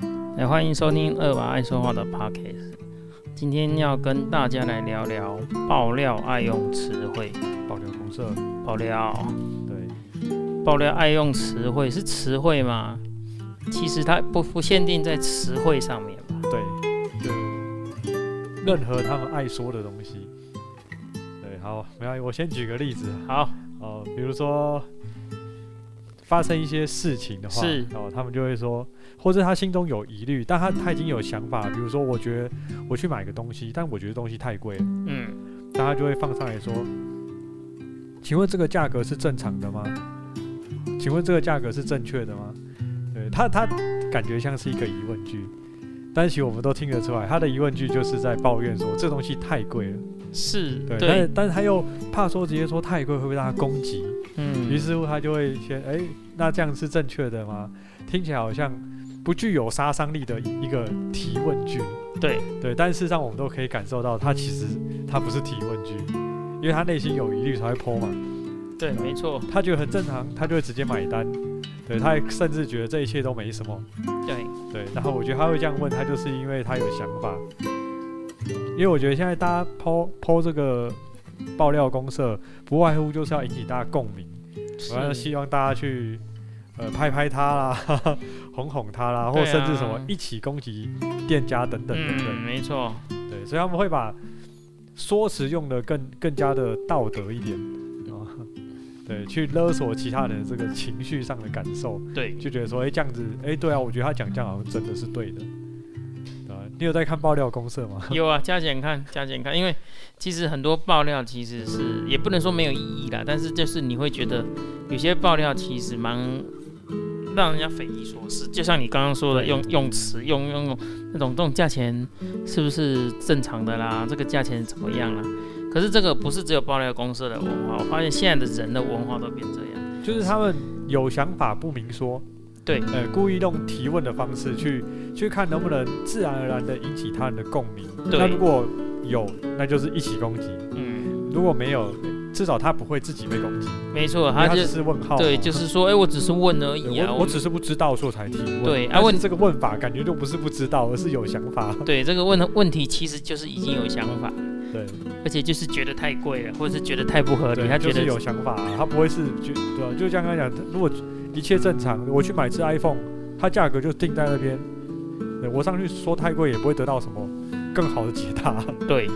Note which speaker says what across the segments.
Speaker 1: 来，哎欢迎收听二娃爱说话的 Podcast。今天要跟大家来聊聊爆料爱用词汇。
Speaker 2: 保留公社，
Speaker 1: 爆料，
Speaker 2: 对，
Speaker 1: 爆料爱用词汇是词汇吗？其实它不不限定在词汇上面吧。
Speaker 2: 对，就任何他们爱说的东西。对，好，没有，我先举个例子，
Speaker 1: 好，
Speaker 2: 哦，比如说发生一些事情的话，
Speaker 1: 是
Speaker 2: 哦，他们就会说，或者他心中有疑虑，但他他已经有想法，比如说，我觉得我去买个东西，但我觉得东西太贵了，
Speaker 1: 嗯，
Speaker 2: 但他就会放上来说，请问这个价格是正常的吗？请问这个价格是正确的吗？对他，他感觉像是一个疑问句，但其实我们都听得出来，他的疑问句就是在抱怨说这东西太贵了，
Speaker 1: 是，
Speaker 2: 对，但
Speaker 1: 对
Speaker 2: 是，但是他又怕说直接说太贵会被大家攻击，
Speaker 1: 嗯，
Speaker 2: 于是乎他就会先，哎、那这样是正确的吗？听起来好像不具有杀伤力的一个提问句，
Speaker 1: 对，
Speaker 2: 对，但事实上我们都可以感受到，他其实他不是提问句，因为他内心有疑虑才会剖嘛，
Speaker 1: 对，没错，
Speaker 2: 他觉得很正常，他就会直接买单，对，他也甚至觉得这一切都没什么，
Speaker 1: 对，
Speaker 2: 对，然后我觉得他会这样问，他就是因为他有想法，因为我觉得现在大家剖剖这个爆料公社，不外乎就是要引起大家共鸣，我要
Speaker 1: 是，
Speaker 2: 希望大家去呃拍拍他啦， 哈哈哄哄他啦，
Speaker 1: 对
Speaker 2: 或
Speaker 1: 啊
Speaker 2: 甚至什么一起攻击店家等等等等。
Speaker 1: 嗯，没错，
Speaker 2: 对，所以他们会把说辞用的更更加的道德一点啊，对，去勒索其他人的这个情绪上的感受，
Speaker 1: 对，
Speaker 2: 就觉得说，哎、这样子，哎、对啊，我觉得他讲这样好像真的是对的，对啊，你有在看爆料公社吗？
Speaker 1: 有啊，加减看，加减看，因为其实很多爆料其实是也不能说没有意义啦，但是就是你会觉得有些爆料其实蛮让人家匪夷所思，就像你刚刚说的，用用词用用用那种这种价钱是不是正常的啦？这个价钱怎么样啦？可是这个不是只有爆料公社的文化，我发现现在的人的文化都变这样。
Speaker 2: 就是他们有想法不明说，
Speaker 1: 对
Speaker 2: 呃，故意用提问的方式去去看能不能自然而然的引起他人的共鸣。
Speaker 1: 对
Speaker 2: 那如果有，那就是一起攻击；
Speaker 1: 嗯，
Speaker 2: 如果没有，至少他不会自己被攻击。
Speaker 1: 没错，
Speaker 2: 因为
Speaker 1: 他
Speaker 2: 他
Speaker 1: 就
Speaker 2: 只是哦问号嘛。
Speaker 1: 对，就是说，哎、我只是问而已
Speaker 2: 对
Speaker 1: 啊，
Speaker 2: 我我只是不知道，所以才提问。
Speaker 1: 对啊
Speaker 2: 但是
Speaker 1: 问
Speaker 2: 这个问法感觉就不是不知道，而是有想 法。
Speaker 1: 对这个问问题其实就是已经有想法。
Speaker 2: 对，
Speaker 1: 而且就是觉得太贵了，或者是觉得太不合理，
Speaker 2: 对，
Speaker 1: 他呃觉
Speaker 2: 就
Speaker 1: 得
Speaker 2: 是有想法，他不会是觉对啊、就像刚刚讲，如果一切正常，我去买只 iPhone，它价格就定在那边，对我上去说太贵也不会得到什么更好的解答。
Speaker 1: 对，
Speaker 2: 对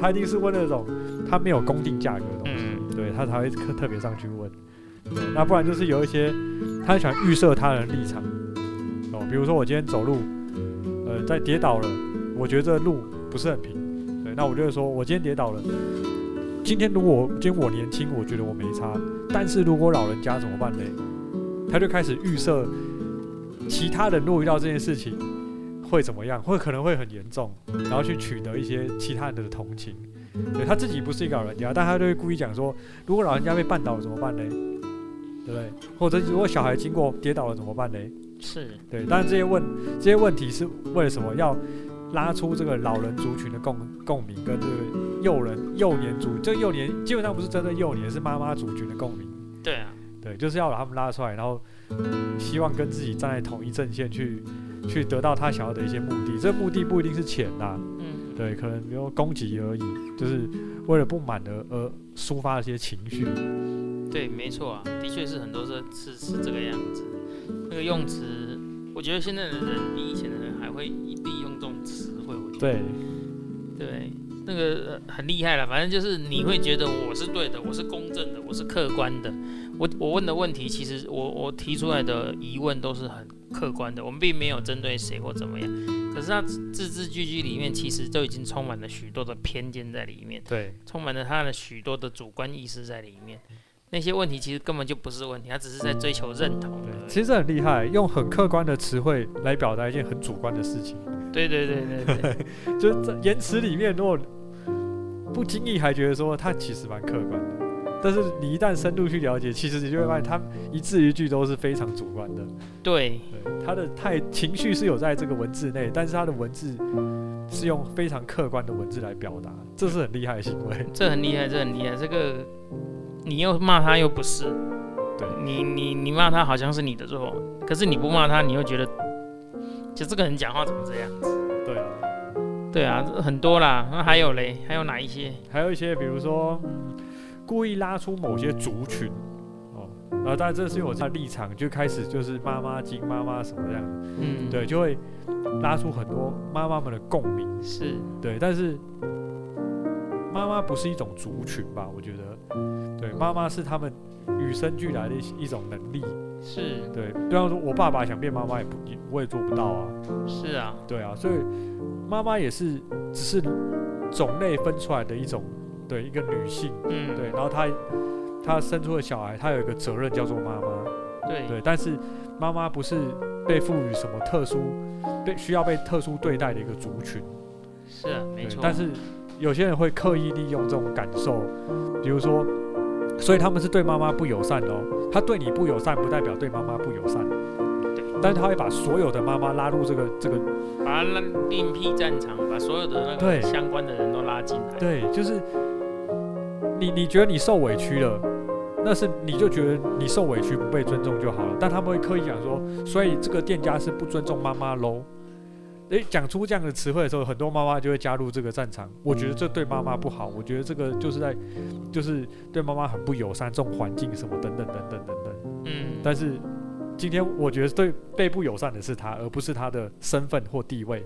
Speaker 2: 他一定是问那种他没有公定价格的东西，
Speaker 1: 嗯
Speaker 2: 对他才会特特别上去问。对，那不然就是有一些他想预设他人立场哦，比如说我今天走路，呃，在跌倒了，我觉得这路不是很平，对，那我就会说我今天跌倒了。今天如果今天我年轻，我觉得我没差，但是如果老人家怎么办呢？他就开始预设其他人如果遇到这件事情会怎么样，会可能会很严重，然后去取得一些其他人的同情。对他自己不是一个老人家，但他就会故意讲说，如果老人家被绊倒了怎么办呢？对不对？或者如果小孩经过跌倒了怎么办呢？
Speaker 1: 是
Speaker 2: 对，但是这些问这些问题是为了什么？要拉出这个老人族群的共共鸣，跟这个幼人幼年族，这个幼年基本上不是真的幼年，是妈妈族群的共鸣。
Speaker 1: 对啊，
Speaker 2: 对，就是要把他们拉出来，然后希望跟自己站在同一阵线去，去得到他想要的一些目的。这目的不一定是钱啊呐、
Speaker 1: 嗯，
Speaker 2: 对，可能比如攻击而已，就是为了不满而而抒发一些情绪。
Speaker 1: 对，没错啊，的确是很多是是是这个样子，那个用词，我觉得现在的人比以前的人还会利用这种词汇，我觉得
Speaker 2: 对，
Speaker 1: 对，那个呃很厉害了，反正就是你会觉得我是对的，我是公正的，我是客观的，我我问的问题，其实我我提出来的疑问都是很客观的，我们并没有针对谁或怎么样。可是他字字句句里面，其实都已经充满了许多的偏见在里面，
Speaker 2: 对，
Speaker 1: 充满了他的许多的主观意识在里面。那些问题其实根本就不是问题，他只是在追求认同
Speaker 2: 对，
Speaker 1: 而已。
Speaker 2: 其实这很厉害，用很客观的词汇来表达一件很主观的事情，
Speaker 1: 对对对对对，
Speaker 2: 就是在言辞里面，如果不经意还觉得说他其实蛮客观的，但是你一旦深入去了解，其实你就会发现他一字一句都是非常主观的。
Speaker 1: 对
Speaker 2: 对，他的态情绪是有在这个文字内，但是他的文字是用非常客观的文字来表达，这是很厉害的行为。
Speaker 1: 这很厉害，这很厉害。这个你又骂他又不是，
Speaker 2: 对
Speaker 1: 你你你骂他好像是你的错，可是你不骂他，你又觉得，就这个人讲话怎么这样？
Speaker 2: 对啊，
Speaker 1: 对啊，这很多啦。那还有嘞，还有哪一些？
Speaker 2: 还有一些比如说、嗯故意拉出某些族群哦，然后当然这是因为我在立场就开始就是妈妈经妈妈什么这样，
Speaker 1: 嗯，
Speaker 2: 对，，就会拉出很多妈妈们的共鸣。
Speaker 1: 是，
Speaker 2: 对，但是妈妈不是一种族群吧？我觉得，对，妈妈是他们与生俱来的一一种能力。
Speaker 1: 是
Speaker 2: 对，对方说我爸爸想变妈妈也不也我也做不到啊，
Speaker 1: 是啊，
Speaker 2: 对啊，所以妈妈也是只是种类分出来的一种，对，一个女性，
Speaker 1: 嗯，
Speaker 2: 对，然后她她生出了小孩，她有一个责任叫做妈妈，
Speaker 1: 对
Speaker 2: 对，但是妈妈不是被赋予什么特殊，被需要被特殊对待的一个族群，
Speaker 1: 是啊，没
Speaker 2: 对
Speaker 1: 错。
Speaker 2: 但是有些人会刻意利用这种感受，比如说，所以他们是对妈妈不友善的哦。他对你不友善，不代表对妈妈不友善。
Speaker 1: 对。
Speaker 2: 但是他会把所有的妈妈拉入这个这个，
Speaker 1: 把它拉另辟战场，把所有的那
Speaker 2: 对
Speaker 1: 个相关的人都拉进来。
Speaker 2: 对，就是你你觉得你受委屈了，那是你就觉得你受委屈不被尊重就好了。但他们会刻意讲说，所以这个店家是不尊重妈妈喽。诶，讲出这样的词汇的时候，很多妈妈就会加入这个战场。我觉得这对妈妈不好，我觉得这个就是在，就是对妈妈很不友善，这种环境什么等等等等等等。
Speaker 1: 嗯，
Speaker 2: 但是今天我觉得对被不友善的是她，而不是她的身份或地位。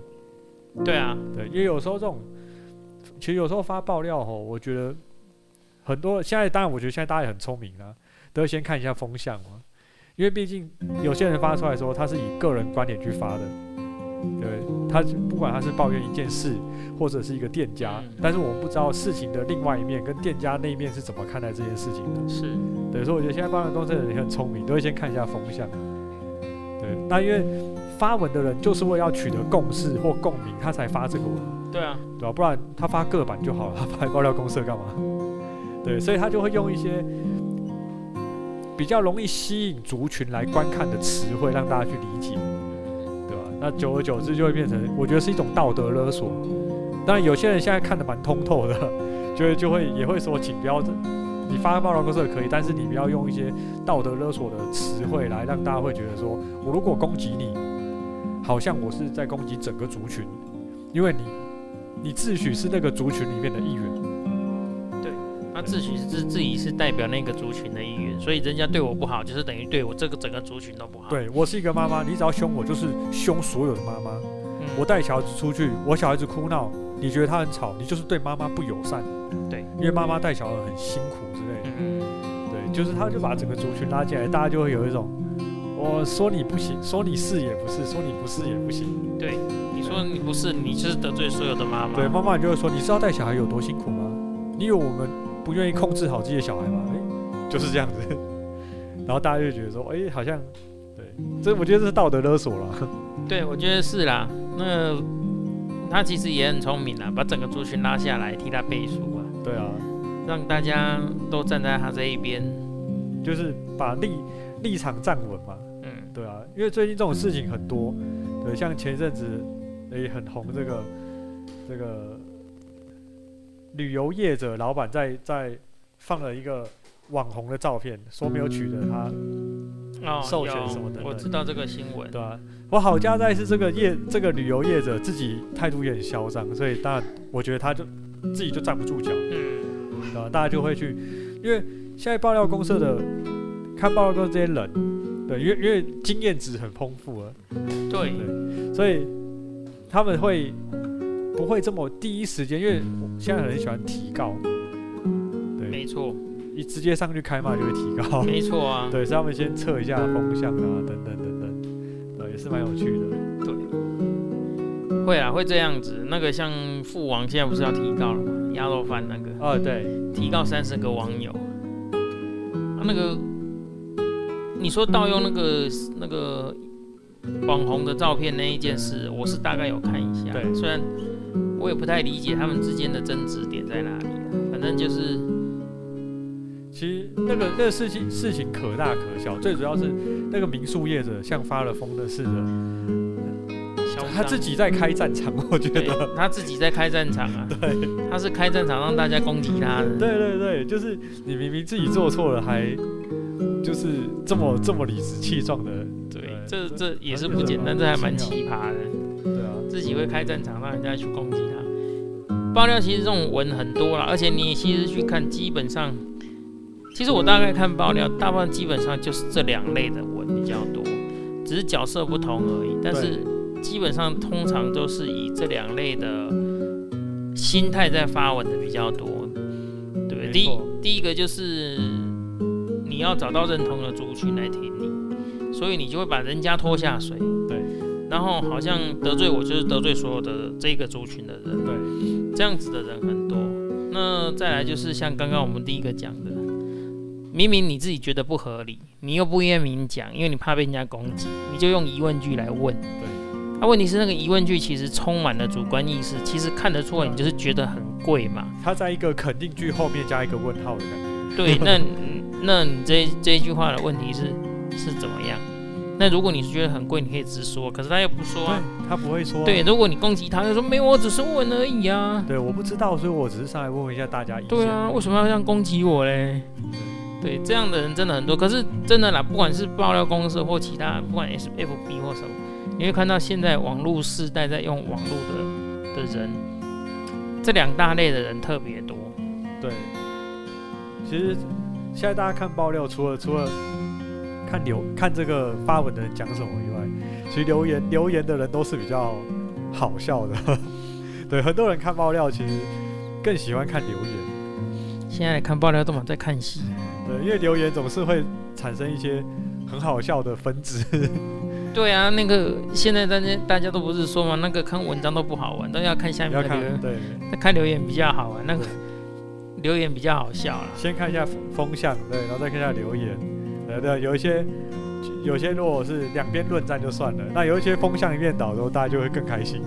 Speaker 1: 对啊，
Speaker 2: 对，因为有时候这种，其实有时候发爆料吼，我觉得很多现在当然，我觉得现在大家也很聪明啦、都要先看一下风向嘛，因为毕竟有些人发出来的时候，他是以个人观点去发的，对，他不管他是抱怨一件事或者是一个店家
Speaker 1: 嗯，
Speaker 2: 但是我们不知道事情的另外一面跟店家那一面是怎么看待这件事情的。
Speaker 1: 是，
Speaker 2: 对，所以我觉得现在发文公司的人也很聪明，都会先看一下风向。对，那因为发文的人就是为了要取得共识或共鸣，他才发这个文，
Speaker 1: 对啊，
Speaker 2: 对吧、不然他发个版就好了，他 发爆料公社干嘛？对，所以他就会用一些比较容易吸引族群来观看的词汇，让大家去理解，对吧？那久而久之就会变成，我觉得是一种道德勒索。当然，有些人现在看得蛮通透的， 就会就会也会说，请不要这，你发爆料公社可以，但是你不要用一些道德勒索的词汇来让大家会觉得说，我如果攻击你，好像我是在攻击整个族群，因为你你自诩是那个族群里面的一员。
Speaker 1: 嗯他自诩是自自己是代表那个族群的一员，所以人家对我不好，就是等于对我这个整个族群都不好。，
Speaker 2: 对我是一个妈妈，你只要凶我，就是凶所有的妈妈。
Speaker 1: 嗯、
Speaker 2: 我带小孩子出去，我小孩子哭闹，你觉得他很吵，你就是对妈妈不友善。
Speaker 1: 对，
Speaker 2: 因为妈妈带小孩很辛苦之类的。
Speaker 1: 嗯，
Speaker 2: 对，就是他就把整个族群拉进来，大家就会有一种，我说你不行，说你是也不是，说你不是也不行。
Speaker 1: 对，嗯你说你不是，你就是得罪所有的妈妈。
Speaker 2: 对，妈妈就会说，你知道带小孩有多辛苦吗？你以为我们不愿意控制好自己的小孩吗？诶，就是这样子。然后大家就觉得说，诶，好像，对，这我觉得这是道德勒索了。
Speaker 1: 对，我觉得是啦。那他其实也很聪明啦，把整个族群拉下来，替他背书啊，
Speaker 2: 对啊，
Speaker 1: 让大家都站在他这一边。
Speaker 2: 就是把立立场站稳嘛。
Speaker 1: 嗯，
Speaker 2: 对啊，因为最近这种事情很多，对，像前一阵子也很红这个这个旅游业者老板在在放了一个网红的照片，说没有取得他，
Speaker 1: 哦，
Speaker 2: 授权
Speaker 1: 有
Speaker 2: 什么的
Speaker 1: 我知道这个新闻。
Speaker 2: 对啊，我好家在是这个业这个旅游业者自己态度也很嚣张，所以当然我觉得他就自己就站不住脚，
Speaker 1: 嗯，
Speaker 2: 对吧、大家就会去，因为现在爆料公社的看爆料公社这些人，对，因为因为经验值很丰富了。
Speaker 1: 对，
Speaker 2: 所以他们会不会这么第一时间？因为我现在很喜欢提告，对，
Speaker 1: 没错，
Speaker 2: 一直接上去开骂就会提告，
Speaker 1: 没错啊。
Speaker 2: 对，所以他们先测一下风向啊，等等等等，呃，也是蛮有趣的。
Speaker 1: 会啊，会这样子。那个像父王现在不是要提告了吗？鸭肉饭那个
Speaker 2: 啊哦，对，
Speaker 1: 提告三十个网友，啊，那个你说盗用那个那个网红的照片那一件事，我是大概有看一下，
Speaker 2: 对
Speaker 1: 虽然我也不太理解他们之间的争执点在哪里啊、反正就是
Speaker 2: 其实那个那个事情事情可大可小，最主要是那个民宿业者像发了疯的似的，
Speaker 1: 嚣张
Speaker 2: 他自己在开战场，我觉
Speaker 1: 对
Speaker 2: 得。
Speaker 1: 他自己在开战场 啊，对，他是开战场让大家攻击他的，
Speaker 2: 对对对，就是你明明自己做错了，还就是这么这么理直气壮的，
Speaker 1: 对，这
Speaker 2: 对
Speaker 1: 这也是
Speaker 2: 这
Speaker 1: 不简单，这
Speaker 2: 这
Speaker 1: 还蛮
Speaker 2: 奇
Speaker 1: 奇葩的。
Speaker 2: 对啊，
Speaker 1: 自己会开战场，让人家去攻击他。爆料其实这种文很多啦，而且你其实去看，基本上，其实我大概看爆料，大部分基本上就是这两类的文比较多，只是角色不同而已。但是基本上通常都是以这两类的心态在发文的比较多。对，
Speaker 2: 没
Speaker 1: 第一
Speaker 2: 错
Speaker 1: 第一个就是你要找到认同的族群来挺你，所以你就会把人家拖下水。
Speaker 2: 对，
Speaker 1: 然后好像得罪我就是得罪所有的这个族群的人，
Speaker 2: 对，
Speaker 1: 这样子的人很多。那再来就是像刚刚我们第一个讲的，明明你自己觉得不合理，你又不愿意明讲，因为你怕被人家攻击，你就用疑问句来问。对，啊，问题是那个疑问句其实充满了主观意识，其实看得出来你就是觉得很贵嘛。
Speaker 2: 他在一个肯定句后面加一个问号的感觉。
Speaker 1: 对，那那你这这一句话的问题是是怎么样？那如果你是觉得很贵，你可以直说，可是他又不说啊、
Speaker 2: 对，他不会说。
Speaker 1: 对，如果你攻击他，他说没有，我只是问而已啊。
Speaker 2: 对，我不知道，所以我只是上来问问一下大家意见。
Speaker 1: 对啊，为什么要这样攻击我嘞？对，这样的人真的很多。可是真的啦，不管是爆料公司或其他，不管 S F B 或什么，你会看到现在网络世代在用网络的的人，这两大类的人特别多。
Speaker 2: 对，其实现在大家看爆料，除了除了看留看这个发文的人讲什么以外，其实留言留言的人都是比较好笑的。 对，很多人看爆料其实更喜欢看留言，
Speaker 1: 现在看爆料都嘛在看戏，
Speaker 2: 对，因为留言总是会产生一些很好笑的分支。
Speaker 1: 对啊，那个现在大家大家都不是说嘛，那个看文章都不好玩，都要看下面
Speaker 2: 要
Speaker 1: 的留
Speaker 2: 看
Speaker 1: 言，
Speaker 2: 对，
Speaker 1: 那看留言比较好玩，那个留言比较好笑啦。
Speaker 2: 先看一下风向，对，然后再看一下留言。对对，有一些有些如果是两边论战就算了，那有一些风向一面倒之后，大家就会更开心。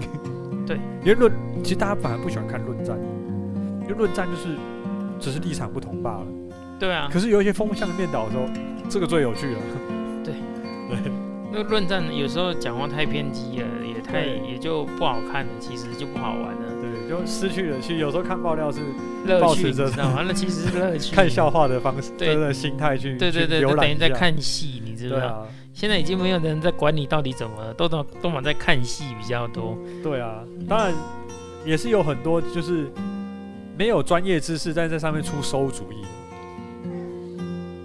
Speaker 1: 对，
Speaker 2: 因为论其实大家反而不喜欢看论战，因为论战就是只是立场不同罢了。
Speaker 1: 对啊，
Speaker 2: 可是有一些风向一面倒的时候，这个最有趣了。
Speaker 1: 那个论战有时候讲话太偏激了，也太
Speaker 2: 对
Speaker 1: 也就不好看了，其实就不好玩了。
Speaker 2: 对，就失去了。其实有时候看爆料是
Speaker 1: 乐
Speaker 2: 保
Speaker 1: 趣
Speaker 2: 持
Speaker 1: 你
Speaker 2: 着
Speaker 1: 知道吗？那 其实是乐趣。
Speaker 2: 看笑话的方式，
Speaker 1: 对
Speaker 2: 的心态去
Speaker 1: 对对对，
Speaker 2: 去
Speaker 1: 就
Speaker 2: 浏
Speaker 1: 等
Speaker 2: 览
Speaker 1: 于
Speaker 2: 一
Speaker 1: 在
Speaker 2: 下。
Speaker 1: 看戏，你知不
Speaker 2: 对
Speaker 1: 知道？
Speaker 2: 啊，
Speaker 1: 现在已经没有人在管你到底怎么了，都都都忙在看戏比较多。
Speaker 2: 对啊，当然也是有很多就是没有专业知识，但是在上面出馊主意。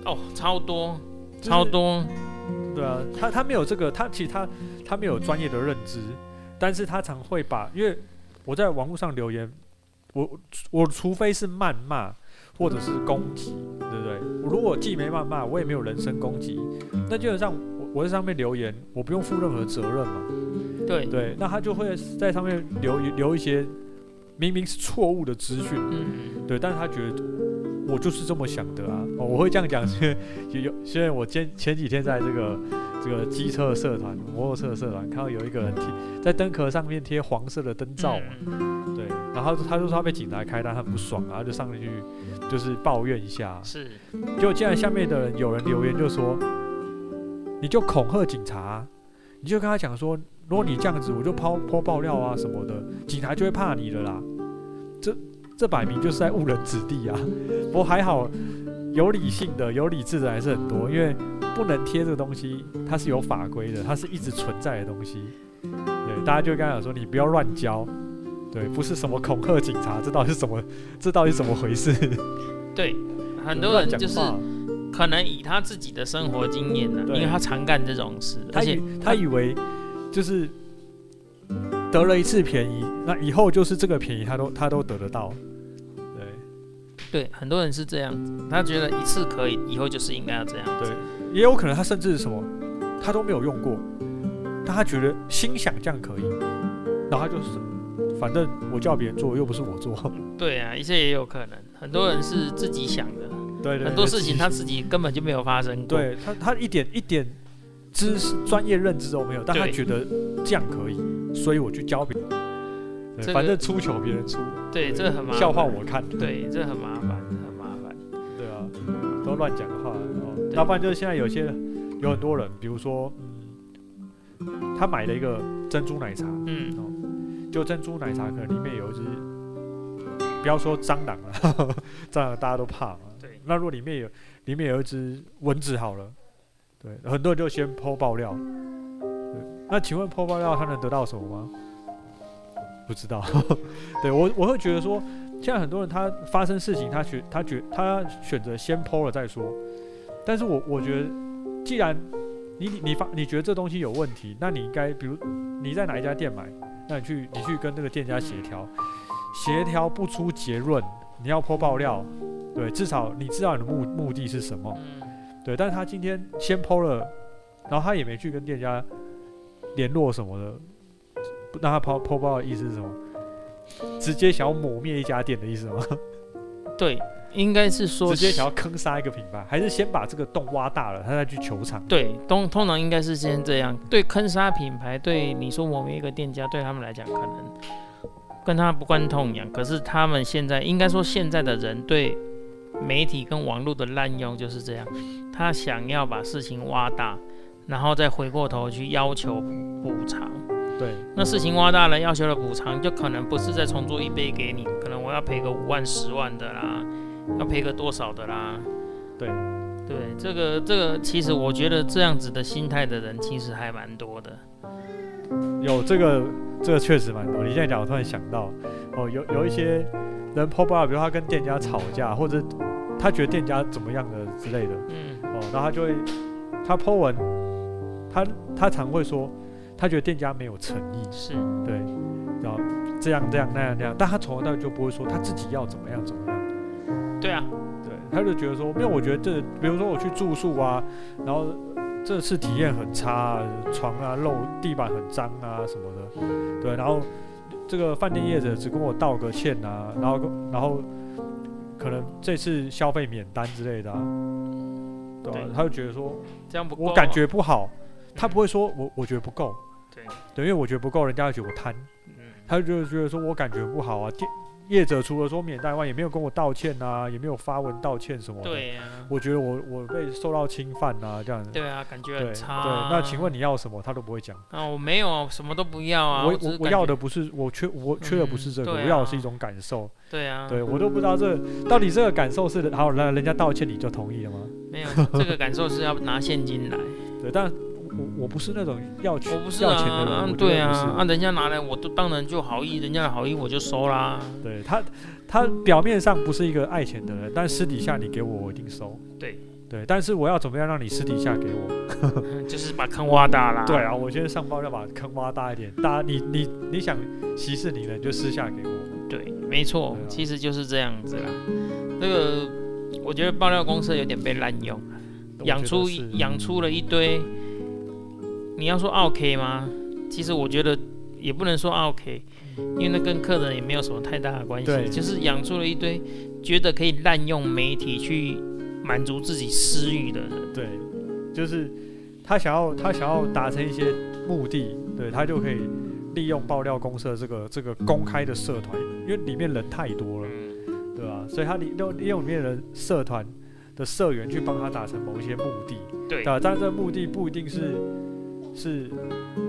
Speaker 1: 哦，超多，
Speaker 2: 嗯就是
Speaker 1: 超多。
Speaker 2: 对啊，他他没有这个，他其实他他没有专业的认知，但是他常会把，因为我在网络上留言，我我除非是谩骂或者是攻击，对不对？我如果既没谩骂，我也没有人身攻击，那基本上我我在上面留言，我不用负任何责任嘛。
Speaker 1: 对，
Speaker 2: 对，那他就会在上面留留一些明明是错误的资讯，
Speaker 1: 嗯，
Speaker 2: 对，但是他觉得我就是这么想的啊，哦、我会这样讲，是因为有，因为我前前几天在这个这个机车社团、摩托车社团看到有一个人贴在灯壳上面贴黄色的灯罩嘛，
Speaker 1: 嗯
Speaker 2: 对，然后他就说他被警察开单，他很不爽啊，就上去就是抱怨一下，
Speaker 1: 是
Speaker 2: 结果竟然下面的人有人留言就说，你就恐吓警察啊、你就跟他讲说，如果你这样子，我就抛泼爆料啊什么的，警察就会怕你了啦。这这摆明就是在误人子弟啊！ 不过还好，有理性的、有理智的还是很多，因为不能贴这个东西，它是有法规的，它是一直存在的东西。对，大家就跟他讲说，你不要乱教。对，不是什么恐吓警察，这到底是怎么？这到底是怎么回事？
Speaker 1: 对，很多人
Speaker 2: 乱讲
Speaker 1: 就是
Speaker 2: 话
Speaker 1: 可能以他自己的生活经验呢、
Speaker 2: 对
Speaker 1: 因为他常干这种事，
Speaker 2: 他
Speaker 1: 而且
Speaker 2: 以他以为就是得了一次便宜，那以后就是这个便宜他都他都得得到。对
Speaker 1: 对很多人是这样子，他觉得一次可以，以后就是应该要这样子。
Speaker 2: 对，也有可能他甚至什么他都没有用过，但他觉得心想这样可以，然后他就是反正我叫别人做又不是我做，
Speaker 1: 对啊，一切也有可能。很多人是自己想的，
Speaker 2: 对对，
Speaker 1: 很多
Speaker 2: 对
Speaker 1: 事情他自己根本就没有发生过。，
Speaker 2: 对他他一点一点知识专业认知都没有，但他
Speaker 1: 对
Speaker 2: 觉得这样可以，所以我去教别人。对
Speaker 1: 这个
Speaker 2: 反正出糗别人出，
Speaker 1: 对，这很麻烦。
Speaker 2: 笑话我看，
Speaker 1: 对，这很麻烦，很麻烦。
Speaker 2: 对啊，都乱讲话哦。
Speaker 1: 对
Speaker 2: 要不然就是现在有些有很多人，比如说，嗯，他买了一个珍珠奶茶，
Speaker 1: 嗯，
Speaker 2: 就珍珠奶茶可能里面有一只，不要说蟑螂了， 蟑螂大家都怕嘛。
Speaker 1: 对
Speaker 2: 那如果里面有里面有一只蚊子好了，对，很多人就先剖爆料。对，那请问剖爆料他能得到什么吗？不知道。 对我我会觉得说，现在很多人他发生事情，他选他觉他选择先剖了再说。但是我我觉得，既然你你你发你觉得这东西有问题，那你应该比如你在哪一家店买？那你去你去跟那个店家协调，协调不出结论，你要泼爆料，对，至少你知道你的目目的是什么，
Speaker 1: 嗯，
Speaker 2: 对。但是他今天先泼了，然后他也没去跟店家联络什么的，不那他泼泼爆的意思是什么？直接想要抹灭一家店的意思吗？
Speaker 1: 对，应该是说
Speaker 2: 直接想要坑杀一个品牌，还是先把这个洞挖大了，他再去球场？
Speaker 1: 对，通通常应该是先这样。对坑杀品牌，对你说某一个店家，对他们来讲可能跟他不关痛痒。可是他们现在应该说现在的人对媒体跟网络的滥用就是这样，他想要把事情挖大，然后再回过头去要求补偿。
Speaker 2: 对
Speaker 1: 那事情挖大了，要求的补偿就可能不是再重做一杯给你，可能我要赔个五万、十万的啦，要赔个多少的啦。
Speaker 2: 对
Speaker 1: 对，这个这个，其实我觉得这样子的心态的人其实还蛮多的。
Speaker 2: 有这个，这个确实蛮多。你现在讲，我突然想到，哦，有有一些人 pop up，比如他跟店家吵架，或者他觉得店家怎么样的之类的，
Speaker 1: 嗯，
Speaker 2: 哦，然后他就会他 po 文，他他常会说，他觉得店家没有诚意，
Speaker 1: 是，
Speaker 2: 对，然后这样这样那样那样，但他从头到尾就不会说他自己要怎么样怎么样。
Speaker 1: 对啊，
Speaker 2: 对，他就觉得说，没有，我觉得这，比如说我去住宿啊，然后这次体验很差、啊，床啊漏，地板很脏啊什么的，对，然后这个饭店业者只跟我道个歉啊，然后然后可能这次消费免单之类的、啊，对啊
Speaker 1: 对
Speaker 2: 他就觉得说
Speaker 1: 这样不够啊、
Speaker 2: 我感觉不好，他不
Speaker 1: 会，
Speaker 2: 会说我我觉得不够，
Speaker 1: 对，
Speaker 2: 对，因为我觉得不够，人家会觉得我贪，
Speaker 1: 嗯，
Speaker 2: 他就觉得说我感觉不好啊，店业者除了说免单外，也没有跟我道歉啊，也没有发文道歉什么的。
Speaker 1: 对啊，
Speaker 2: 我觉得我我被受到侵犯啊，这样子。
Speaker 1: 对啊，感觉
Speaker 2: 对
Speaker 1: 很
Speaker 2: 对，
Speaker 1: 差、
Speaker 2: 那请问，你要什么？他都不会讲。
Speaker 1: 啊，我没有啊，什么都不要啊，
Speaker 2: 我
Speaker 1: 只
Speaker 2: 我
Speaker 1: 是
Speaker 2: 我
Speaker 1: 感
Speaker 2: 要
Speaker 1: 觉，
Speaker 2: 的不是我缺我缺的不是这
Speaker 1: 嗯
Speaker 2: 个，我
Speaker 1: 对啊
Speaker 2: 要的是一种感受。
Speaker 1: 对啊，
Speaker 2: 对我都不知道这到底这个感受是好，那人家道歉你就同意了吗？
Speaker 1: 没有这个感受是要拿现金来，
Speaker 2: 对，但我我不是那种要去
Speaker 1: 我不是
Speaker 2: 要
Speaker 1: 啊，
Speaker 2: 钱的人，
Speaker 1: 啊
Speaker 2: 我绝
Speaker 1: 对
Speaker 2: 不
Speaker 1: 啊，
Speaker 2: 是
Speaker 1: 啊，人家拿来我都当然就好意，人家的好意我就收啦，
Speaker 2: 对他他表面上不是一个爱钱的人，但私底下你给我，我一定收。
Speaker 1: 对
Speaker 2: 对，但是我要怎么样让你私底下给我？
Speaker 1: 就是把坑挖大啦，
Speaker 2: 对啊，我觉得上报要把坑挖大一点，大家你你你想息事宁人就私下给我。
Speaker 1: 对，没错
Speaker 2: 对啊，
Speaker 1: 其实就是这样子啦。这个我觉得爆料公社有点被滥用，
Speaker 2: 我
Speaker 1: 养
Speaker 2: 觉得
Speaker 1: 出
Speaker 2: 是
Speaker 1: 养出了一堆。你要说 OK 吗？其实我觉得也不能说 OK，因为那跟客人也没有什么太大的关
Speaker 2: 对
Speaker 1: 系，就是养出了一堆觉得可以滥用媒体去满足自己私欲的人。
Speaker 2: 对，就是他想要他想要达成一些目的，对他就可以利用爆料公社这个这个公开的社团，因为里面人太多了，
Speaker 1: 嗯，
Speaker 2: 对吧、所以他利用利用里面的社团的社员去帮他达成某一些目的，
Speaker 1: 对
Speaker 2: 对吧、但这个目的不一定是是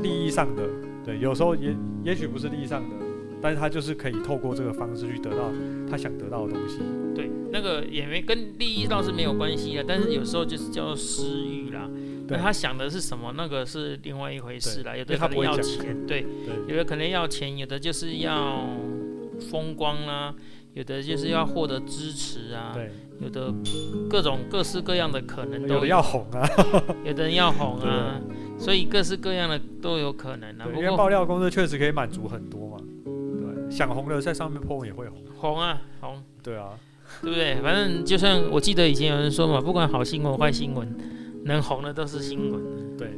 Speaker 2: 利益上的，对，有时候也也许不是利益上的，但是他就是可以透过这个方式去得到他想得到的东西。
Speaker 1: 对，那个也没跟利益倒是没有关系啊的，但是有时候就是叫做私欲啦。
Speaker 2: 对
Speaker 1: 那他想的是什么，那个是另外一回事啦。有的
Speaker 2: 因为他
Speaker 1: 可
Speaker 2: 不
Speaker 1: 能
Speaker 2: 会
Speaker 1: 要
Speaker 2: 讲
Speaker 1: 钱，对，
Speaker 2: 对
Speaker 1: 有的可能要钱，有的就是要风光啦、有的就是要获得支持啊，
Speaker 2: 对，
Speaker 1: 有的各种各式各样的可能都
Speaker 2: 有的要红啊。
Speaker 1: 有的人要红啊，所以各式各样的都有可能啊。
Speaker 2: 对，
Speaker 1: 不
Speaker 2: 因为爆
Speaker 1: 过
Speaker 2: 料公司确实可以满足很多嘛。对，想红的在上面 po 文也会红。
Speaker 1: 红啊红，
Speaker 2: 对啊，
Speaker 1: 对不对？反正就像我记得以前有人说嘛，不管好新闻坏新闻，能红的都是新闻，
Speaker 2: 对，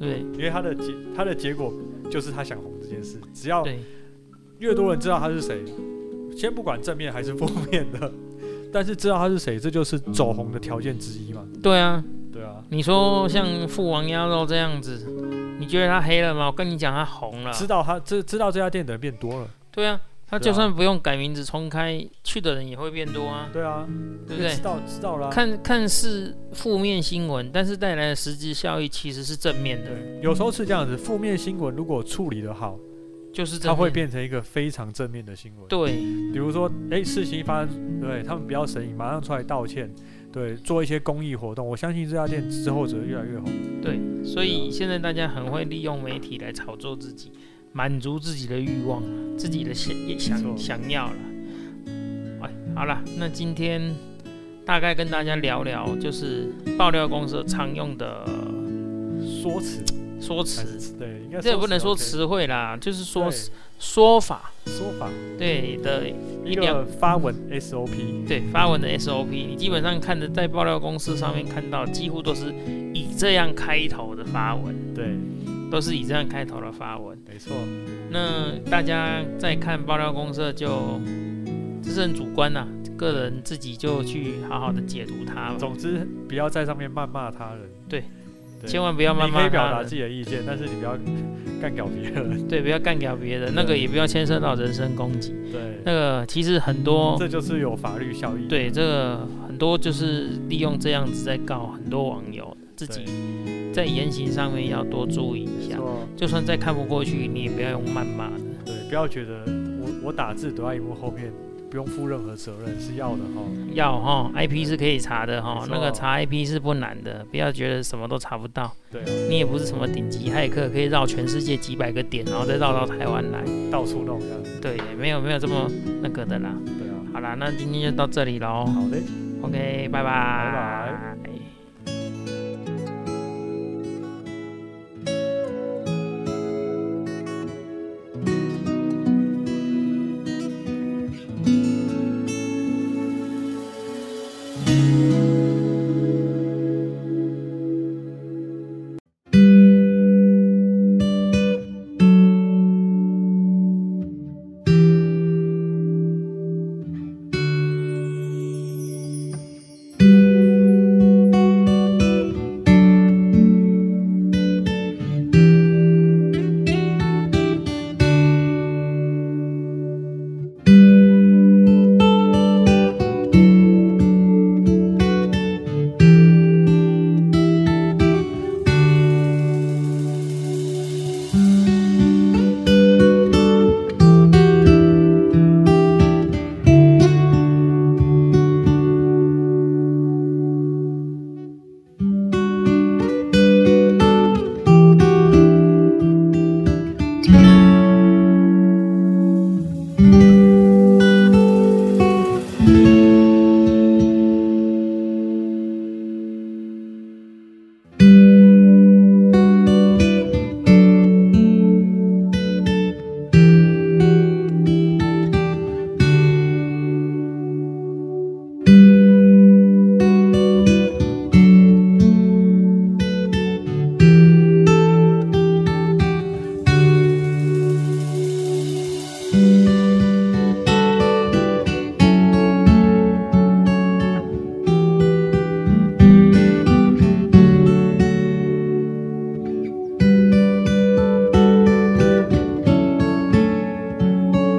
Speaker 1: 对不对？
Speaker 2: 因为他的结他的结果就是他想红这件事，只要
Speaker 1: 对
Speaker 2: 越多人知道他是谁，先不管正面还是负面的， 但是知道他是谁，这就是走红的条件之一嘛。
Speaker 1: 对啊，
Speaker 2: 对啊，
Speaker 1: 你说像父王鸭肉这样子，你觉得它黑了吗？我跟你讲，它红了。
Speaker 2: 知道他知知道这家店的人变多了。
Speaker 1: 对啊，它
Speaker 2: 对
Speaker 1: 就
Speaker 2: 啊
Speaker 1: 算不用改名字重开，去的人也会变多啊，
Speaker 2: 对啊，
Speaker 1: 对
Speaker 2: 因
Speaker 1: 不
Speaker 2: 为
Speaker 1: 对
Speaker 2: 知？道知道啦、
Speaker 1: 看看似负面新闻，但是带来的实际效益其实是正面的，
Speaker 2: 对，有时候是这样子，负面新闻如果处理得好，
Speaker 1: 就是正面
Speaker 2: 它会变成一个非常正面的新闻。
Speaker 1: 对
Speaker 2: 比如说，哎、事情一发生，对他们不要神隐，马上出来道歉，对，做一些公益活动。我相信这家店之后只会越来越红。
Speaker 1: 对，所
Speaker 2: 啊
Speaker 1: 以现在大家很会利用媒体来炒作自己，满足自己的欲望，自己的想
Speaker 2: 没错
Speaker 1: 想想要了。哎，好了，那今天大概跟大家聊聊，就是爆料公社常用的
Speaker 2: 说辞
Speaker 1: 说
Speaker 2: 还
Speaker 1: 辞，
Speaker 2: 是对，应该
Speaker 1: 这也不能
Speaker 2: 哎说
Speaker 1: 说
Speaker 2: 辞
Speaker 1: 词汇啦，就是说啊
Speaker 2: OK
Speaker 1: 说法，
Speaker 2: 对说法，
Speaker 1: 对的
Speaker 2: 一
Speaker 1: 一两
Speaker 2: 个发文 SOP，
Speaker 1: 对发文的 SOP，你基本上看的在爆料公司上面看到，几乎都是以这样开头的发文，
Speaker 2: 对，
Speaker 1: 都是以这样开头的发文。
Speaker 2: 没错，
Speaker 1: 那大家在看爆料公社就，这是很主观呐、个人自己就去好好的解读它吧，
Speaker 2: 嗯总之不要在上面谩骂他 人，
Speaker 1: 对
Speaker 2: 对，
Speaker 1: 千万不要慢
Speaker 2: 你可
Speaker 1: 慢
Speaker 2: 以表达自己的意见，但是你不要干搞别人，
Speaker 1: 对，不要干掉别人，那个也不要牵涉到人身攻击。
Speaker 2: 对，
Speaker 1: 那个其实很多
Speaker 2: 嗯这就是有法律效益，
Speaker 1: 对，这个很多就是利用这样子在告很多网友，自
Speaker 2: 对，
Speaker 1: 己在言行上面要多注意一
Speaker 2: 没
Speaker 1: 下。
Speaker 2: 错，
Speaker 1: 就算再看不过去，你也不要用谩骂的。
Speaker 2: 对，不要觉得我我打字躲在荧幕后面，不用负任何责任是要的哈，
Speaker 1: 要哈，IP 是可以查的哈
Speaker 2: 没，错
Speaker 1: 那个查 IP 是不难的，不要觉得什么都查不到。
Speaker 2: 对啊，
Speaker 1: 你也不是什么顶级骇客，可以绕全世界几百个点，然后再绕到台湾来。
Speaker 2: 到处弄这样子，
Speaker 1: 对，没有没有这么那个的啦。
Speaker 2: 对啊，
Speaker 1: 好啦，那今天就到这里喽。
Speaker 2: 好嘞。
Speaker 1: OK，拜拜
Speaker 2: 拜